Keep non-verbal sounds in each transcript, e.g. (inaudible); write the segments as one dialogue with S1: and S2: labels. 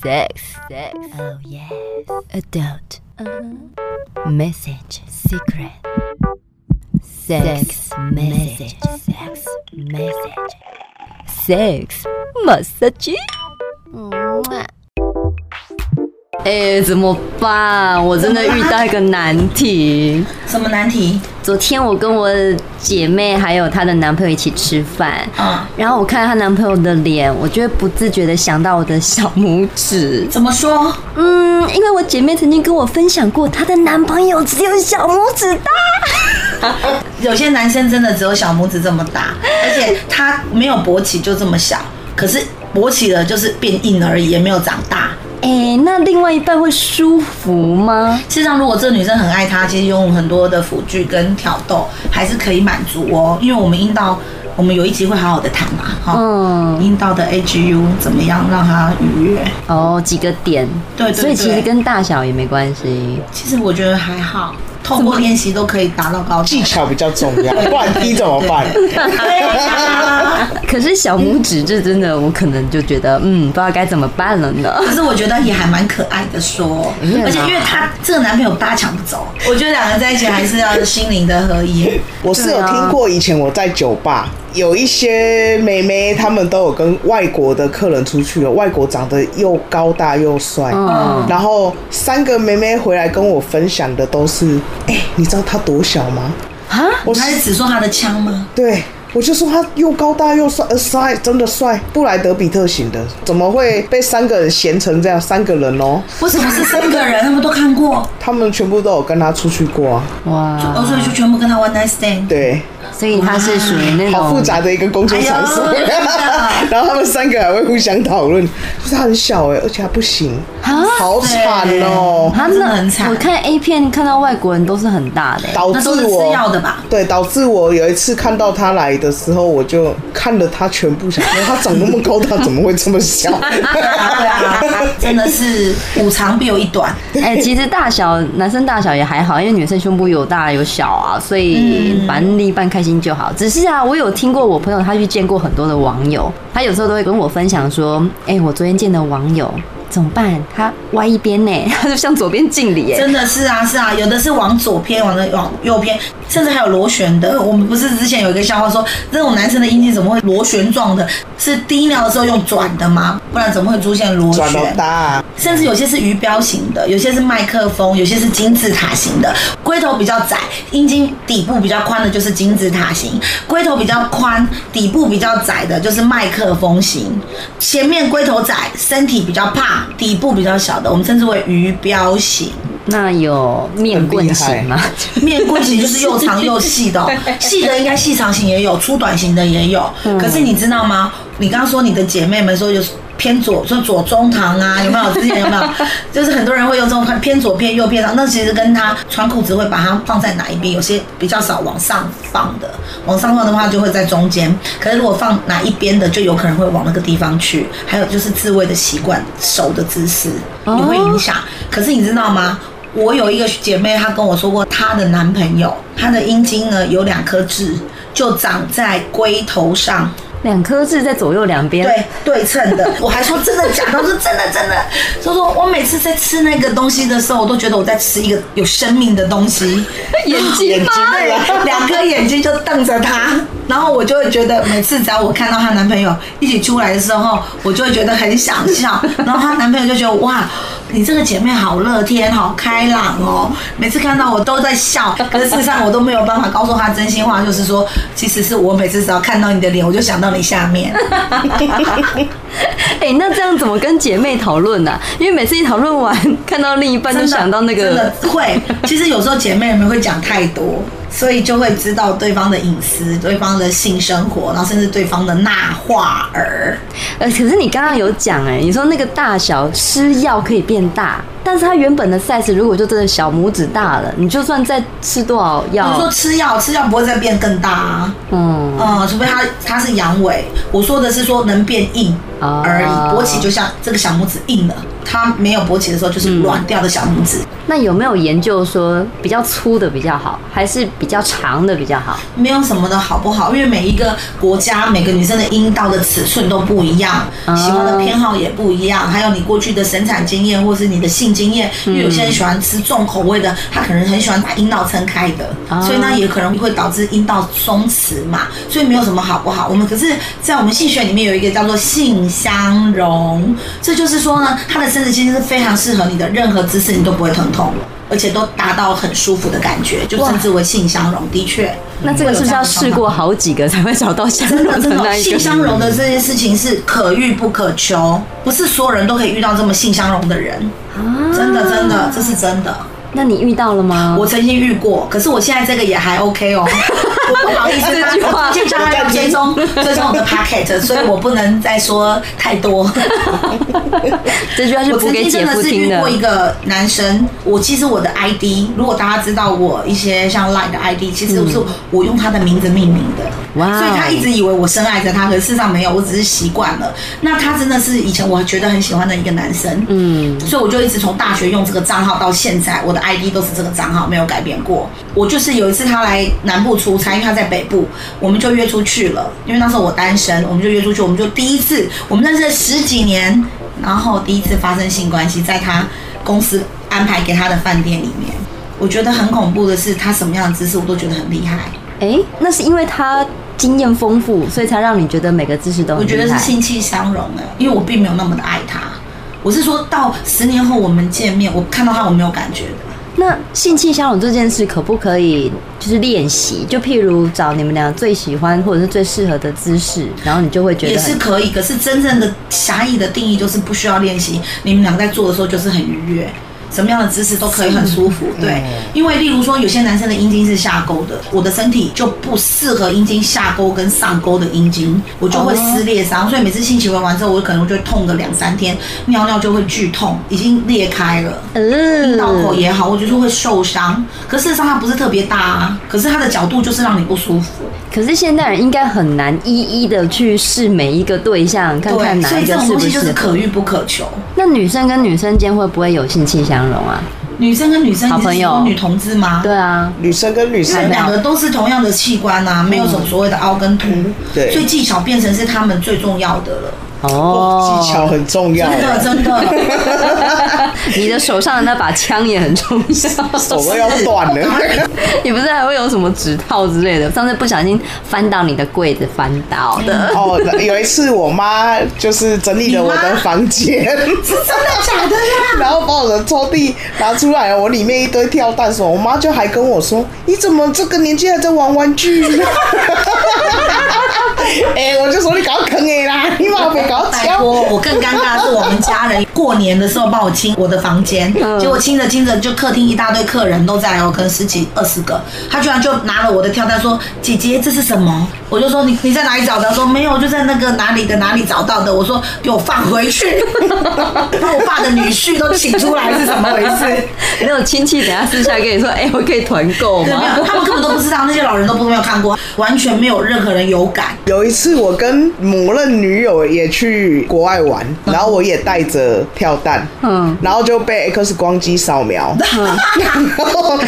S1: Sex, sex, oh yes. Adult, Uh-huh. message, secret. Sex, message, sex, message. Sex, massage. 哎，怎么办？我真的遇到一个难题。
S2: 什么难题？
S1: 昨天我跟我姐妹还有她的男朋友一起吃 (gasps) 饭，
S2: 啊，
S1: 然后我看她男朋友的脸，我就会不自觉的想到我的小拇指。
S2: 怎么说？
S1: 嗯，因为我姐妹曾经跟我分享过，她的男朋友只有小拇指大。
S2: 有些男生真的只有小拇指这么大，而且他没有勃起就这么小，可是勃起了就是变硬而已，也没有长大。
S1: 哎、那另外一半会舒服吗？
S2: 事实上，如果这个女生很爱他，其实用很多的辅具跟挑逗还是可以满足哦。因为我们阴道，我们有一集会好好的谈嘛，哈、
S1: 嗯
S2: 阴道的 AGU 怎么样让它愉悦？
S1: 哦，几个点，
S2: 对对对
S1: 所以其实跟大小也没关系。
S2: 其实我觉得还好，透过练习都可以达到高
S3: 技
S2: 技。
S3: 巧比较重要，不然低怎么办？
S2: 对呀、
S1: 可是小拇指这真的，我可能就觉得，嗯，不知道该怎么办了呢。
S2: 可是我觉得也还蛮可爱的说，
S1: 嗯
S2: 而且因为她这个男朋友搭抢不走，我觉得两个人在一起还是要心灵的合一。
S3: 我是有听过，以前我在酒吧有一些妹妹，她们都有跟外国的客人出去了，外国长得又高大又帅，
S2: 哦
S1: 嗯
S3: 然后三个妹妹回来跟我分享的都是，哎、你知道他多小吗？
S1: 啊，
S3: 我
S2: 他是只说他的枪吗？
S3: 对。我就说他又高大又帅，呃，帅真的帅，布莱德比特型的，怎么会被三个人嫌成这样？三个人哦，
S2: 为什么是三个人？他们都看过，
S3: 他们全部都有跟他出去过啊。
S1: 哇，
S2: 哦，所以就全部跟他 one night stand。
S3: 对，
S1: 所以他是属于那
S3: 好复
S1: 种
S3: 杂的一个工作场所。
S2: 哎呦真的
S3: 然后他们三个还会互相讨论，就是他很小哎、而且还不行，
S1: 啊
S3: 好惨哦、
S1: 啊
S2: 真的很惨
S1: 我看 A 片看到外国人都是很大的、欸，
S3: 导
S2: 那
S3: 致
S2: 都是吃药
S3: 我
S2: 的
S3: (laughs)
S2: 吧？
S3: 对，导致我有一次看到他来的时候，我就看了他全部，想说他长那么高大，怎么会这么
S2: (laughs)
S3: 小？
S2: 对啊， (laughs) 对啊，真的是五长必有一短。
S1: (laughs) 哎、其实大小男生大小也还好，因为女生胸部有大有小啊，所以反正另一半开心就好。只是啊，我有听过我朋友他去见过很多的网友，他有时候都会跟我分享说，哎、我昨天见的网友怎么办？他歪一边呢，他就向左边敬礼耶。
S2: 真的是啊，是啊，有的是往左偏，往的往右偏，甚至还有螺旋的。我们不是之前有一个笑话说，这种男生的阴茎怎么会螺旋状的？是低尿的时候用转的吗？不然怎么会出现螺
S3: 转到
S2: 旋？
S3: 大、
S2: 甚至有些是鱼标型的，有些是麦克风，有些是金字塔型的。龟头比较窄，阴茎底部比较宽的就是金字塔型；龟头比较宽，底部比较窄的就是麦克风型。前面龟头窄，身体比较胖，底部比较小的，我们称之为鱼标型。
S1: 那有面棍型吗？
S2: (laughs) 面棍型就是又长又细的、哦，细的应该细长型也有，粗短型的也有。可是你知道吗？你刚刚说你的姐妹们说有偏左，说左中堂啊，有没有？之前有没有？就是很多人会用这种偏左偏右偏上，那其实跟他穿裤子会把它放在哪一边，有些比较少往上放的，往上放的话就会在中间。可是如果放哪一边的，就有可能会往那个地方去。还有就是自慰的习惯，手的姿势也会影响。可是你知道吗？我有一个姐妹，她跟我说过，她的男朋友，她的阴茎呢有两颗痣，就长在龟头上，
S1: 两颗痣在左右两边。
S2: 对对称
S1: (laughs)
S2: 的。我还说真的假的，我说真的真的。她说我每次在吃那个东西的时候，我都觉得我在吃一个有生命的东西，
S1: (laughs) 眼睛吗？
S2: 对，两颗眼睛就瞪着她。然后我就会觉得，每次只要我看到她男朋友一起出来的时候，我就会觉得很想笑。然后她男朋友就觉得哇，你这个姐妹好乐天，好开朗哦。每次看到我都在笑，
S1: (laughs)
S2: 可是事实上我都没有办法告诉她真心话，就是说，其实是我每次只要看到你的脸，我就想到你下面。
S1: 哎、那这样怎么跟姐妹讨论呢、啊因为每次一讨论完，看到另一半就
S2: 真的
S1: 想到那
S2: 真
S1: 个
S2: 的会。其实有时候姐妹们会讲太多，所以就会知道对方的隐私、对方的性生活，然后甚至对方的那话儿。
S1: 呃，可是你刚刚有讲哎、你说那个大小吃药可以变大，但是它原本的 size 如果就真的小拇指大了，你就算再吃多少
S2: 比如说
S1: 药，
S2: 吃药，吃药不会再变更大啊。
S1: 嗯，
S2: 嗯，除非它它是阳痿，我说的是说能变硬
S1: 哦
S2: 而已，勃起就像这个小拇指硬了，它没有勃起的时候
S1: 嗯
S2: 就是软掉的小拇指。
S1: 那有没有研究说比较粗的比较好，还是比较长的比较好？
S2: 没有什么的好不好，因为每一个国家每个女生的阴道的尺寸都不一样，
S1: 哦
S2: 喜欢的偏好也不一样，还有你过去的生产经验或是你的性经验，因为有些人喜欢吃重口味的，他可能很喜欢把阴道撑开的，
S1: 哦
S2: 所以那也可能会导致阴道松弛嘛，所以没有什么好不好。我们可是，在我们性学里面有一个叫做性相容，这就是说呢，它的生殖器是非常适合你的任何姿势，你都不会疼痛。而且都达到很舒服的感觉，就称之为性相容。的确，
S1: 那这个是不是要试过好几个才会找到相
S2: (laughs) 真的
S1: 容的
S2: 真
S1: (laughs) 那
S2: 的，
S1: 一
S2: 性
S1: 个？
S2: 相容的这件事情是可遇不可求，不是所有人都可以遇到这么性相容的人。
S1: 啊
S2: 真的真的，这是真的。
S1: 那你遇到了吗？
S2: 我曾经遇过，可是我现在这个也还
S1: (laughs)
S2: OK 哦。我不好意思，
S1: 这句话
S2: 现在要追
S1: (laughs)
S2: 踪追踪我的 packet，所以我不能再说太
S1: (laughs)
S2: 多。
S1: 这句话是
S2: 我
S1: 不
S2: 曾
S1: 给
S2: 经
S1: 姐
S2: 真
S1: 夫
S2: 的是
S1: 听
S2: 遇
S1: 的
S2: 过。一个男生，我其实我的 ID，如果大家知道我一些像 Line 的 ID，其实是我用他的名字命名的，
S1: 嗯哇哦
S2: 所以他一直以为我深爱着他，可是事实上没有，我只是习惯了。那他真的是以前我觉得很喜欢的一个男生，
S1: 嗯，
S2: 所以我就一直从大学用这个账号到现在，我的 ID 都是这个账号，没有改变过。我就是有一次他来南部出差，因为他在北部，我们就约出去了。因为那时候我单身，我们就约出去，我们就第一次，我们认识了十几年，然后第一次发生性关系，在他公司安排给他的饭店里面。我觉得很恐怖的是，他什么样的姿势我都觉得很厉害。
S1: 哎，那是因为他经验丰富，所以才让你觉得每个姿势都
S2: 我
S1: 很厉
S2: 觉
S1: 害。
S2: 得是心气相融的，因为我并没有那么的爱他。我是说到十年后我们见面，我看到他我没有感觉的。
S1: 那性器相容这件事可不可以就是练习？就譬如找你们俩最喜欢或者是最适合的姿势，然后你就会觉
S2: 也
S1: 得
S2: 是
S1: 很
S2: 可以，可是真正的狭义的定义就是不需要练习，你们俩在做的时候就是很愉悦。什么样的姿势都可以很舒服，
S1: 嗯
S2: 对，因为例如说有些男生的阴茎是下勾的，我的身体就不适合阴茎下勾跟上勾的阴茎，我就会撕裂
S1: 哦
S2: 伤，所以每次性行为完之后，我可能就会痛个两三天，尿尿就会剧痛，已经裂开了。
S1: 嗯
S2: 道口也好，我就是会受伤，可事实上它不是特别大啊，可是它的角度就是让你不舒服。
S1: 可是现代人应该很难一一的去试每一个对象，看看
S2: 对，
S1: 哪
S2: 所以
S1: 一
S2: 这
S1: 个
S2: 种
S1: 是
S2: 东
S1: 不
S2: 西就是
S1: 是。
S2: 可遇不可求。
S1: 那女生跟女生间会不会有性器相容啊？
S2: 女生跟女生，
S1: 好朋友
S2: 你是说女同志吗？
S1: 对，啊，
S3: 女生跟女
S2: 因
S3: 生
S2: 为两个都是同样的器官
S1: 嗯
S2: 啊，没有什么所谓的凹跟凸，
S3: 对
S2: 所以技巧变成是他们最重要的了。
S1: 哦，
S3: 技巧很重要
S2: 真，的真的，
S1: (laughs) 你的手上的那把枪也很重要。
S3: 手都要
S1: (laughs)
S3: 断
S2: (laughs)
S3: 了。
S1: 你不是还会有什么指套之类的？上次不小心翻到你的柜子，翻到的。
S3: 哦，有一次我妈就是整理了我的房
S2: (laughs)
S3: 间， (laughs)
S2: 是真的假的啦？ (laughs)
S3: 然后把我的抽屉拿出来，我里面一堆跳蛋什么，我妈就还跟我说：“你怎么这个年纪还在玩玩具？” (laughs) 哎、我就说你搞坑哎啦，你妈别搞
S2: 拜
S3: 巧
S2: 托，我更尴尬的是我们家人过年的时候帮我清我的房间，
S1: 嗯
S2: 结果清着清着就客厅一大堆客人都在哦，可能十几二十个，他居然就拿了我的跳蛋说：“姐姐，这是什么？”我就说：“你你在哪里找的？”他说：“没有，就在那个哪里的哪里找到的。”我说：“给我放回去！”把我爸的女婿都请出来是怎么回事？
S1: (laughs) 那种亲戚等下私下跟你说，哎、我可以团购
S2: 对，没
S1: 吗
S2: 有，？他们根本都不知道，那些老人都不没有看过，完全没有任何人有感。
S3: 有一次，我跟某任女友也去国外玩，
S2: 嗯
S3: 然后我也带着跳蛋，
S1: 嗯
S3: 然后就被 X 光机扫描，
S2: 嗯
S3: (laughs) 然后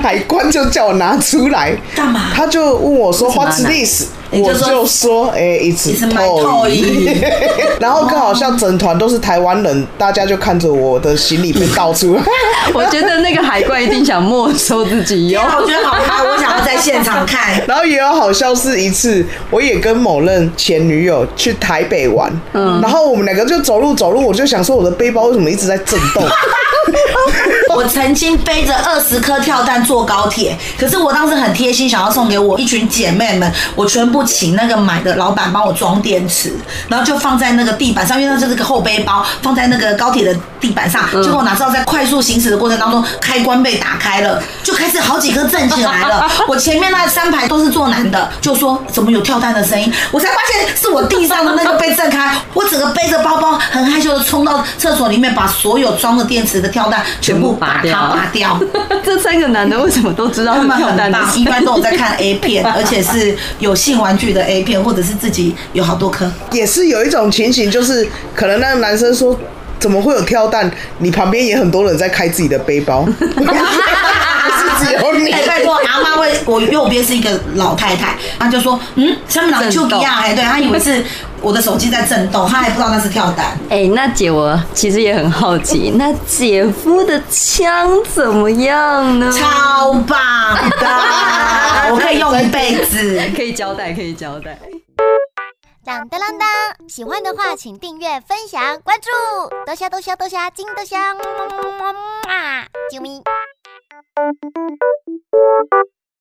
S3: 海关就叫我拿出来，
S2: 干嘛
S3: 他就问我说 What's
S1: 拿
S3: this？
S2: 你
S3: 我
S2: 就说
S3: 就说，哎、一 i t
S2: It's
S3: s
S2: my toy
S3: (laughs) 然后更好像整团都是台湾人，大家就看着我的行李被
S2: (laughs)
S3: 倒出来，
S1: 我觉得那个海关一定想没收自己
S2: (laughs)
S1: 哟、
S2: 我觉得好嗨，我想要在现场看。
S3: 然后也有好笑是一次，我也跟某任前女友去台北玩，
S2: 嗯
S3: 然后我们两个就走路走路，我就想说我的背包为什么一直在震
S2: (laughs)
S3: 动？
S2: 我曾经背着二十颗跳蛋坐高铁，可是我当时很贴心，想要送给我一群姐妹们，我全部请那个买的老板帮我装电池，然后就放在那个地板上，因为那就是个后背包，放在那个高铁的地板上。结果哪知道在快速行驶的过程当中，开关被打开了，就开始好几颗震起来了。我前面那三排都是坐男的，就说怎么有跳蛋的声音，我才发现是我地上的那个被震开，我整个背着包包很害羞的冲到厕所里面，把所有装了电池的跳蛋全部把它拔掉。
S1: 这三个男的为什么都知道
S2: (laughs) 他
S1: 是
S2: 们
S1: 跳蛋
S2: 很
S1: 的
S2: 棒，
S1: 事？
S2: 一般都有在看 A (laughs) 片，而且是有性玩具的 A (laughs) 片，或者是自己有好多颗。
S3: 也是有一种情形，就是可能那个男生说。怎么会有跳蛋？你旁边也很多人在开自己的背包，不是只有你
S2: 哎、。拜托，阿妈会，我右边是一个老太太，她就说，嗯，上面老就一样，哎，对，她以为是我的手机在震动，她还不知道那是跳蛋。
S1: 哎、那姐我其实也很好奇，那姐夫的枪怎么样呢？
S2: 超棒 (laughs) 的，我可以用一辈子。
S1: 可以交代，可以交代。
S4: 当当当当！喜欢的话，请订阅、分享、关注，多虾多虾多虾，金多虾，么么么么么啊！啾咪。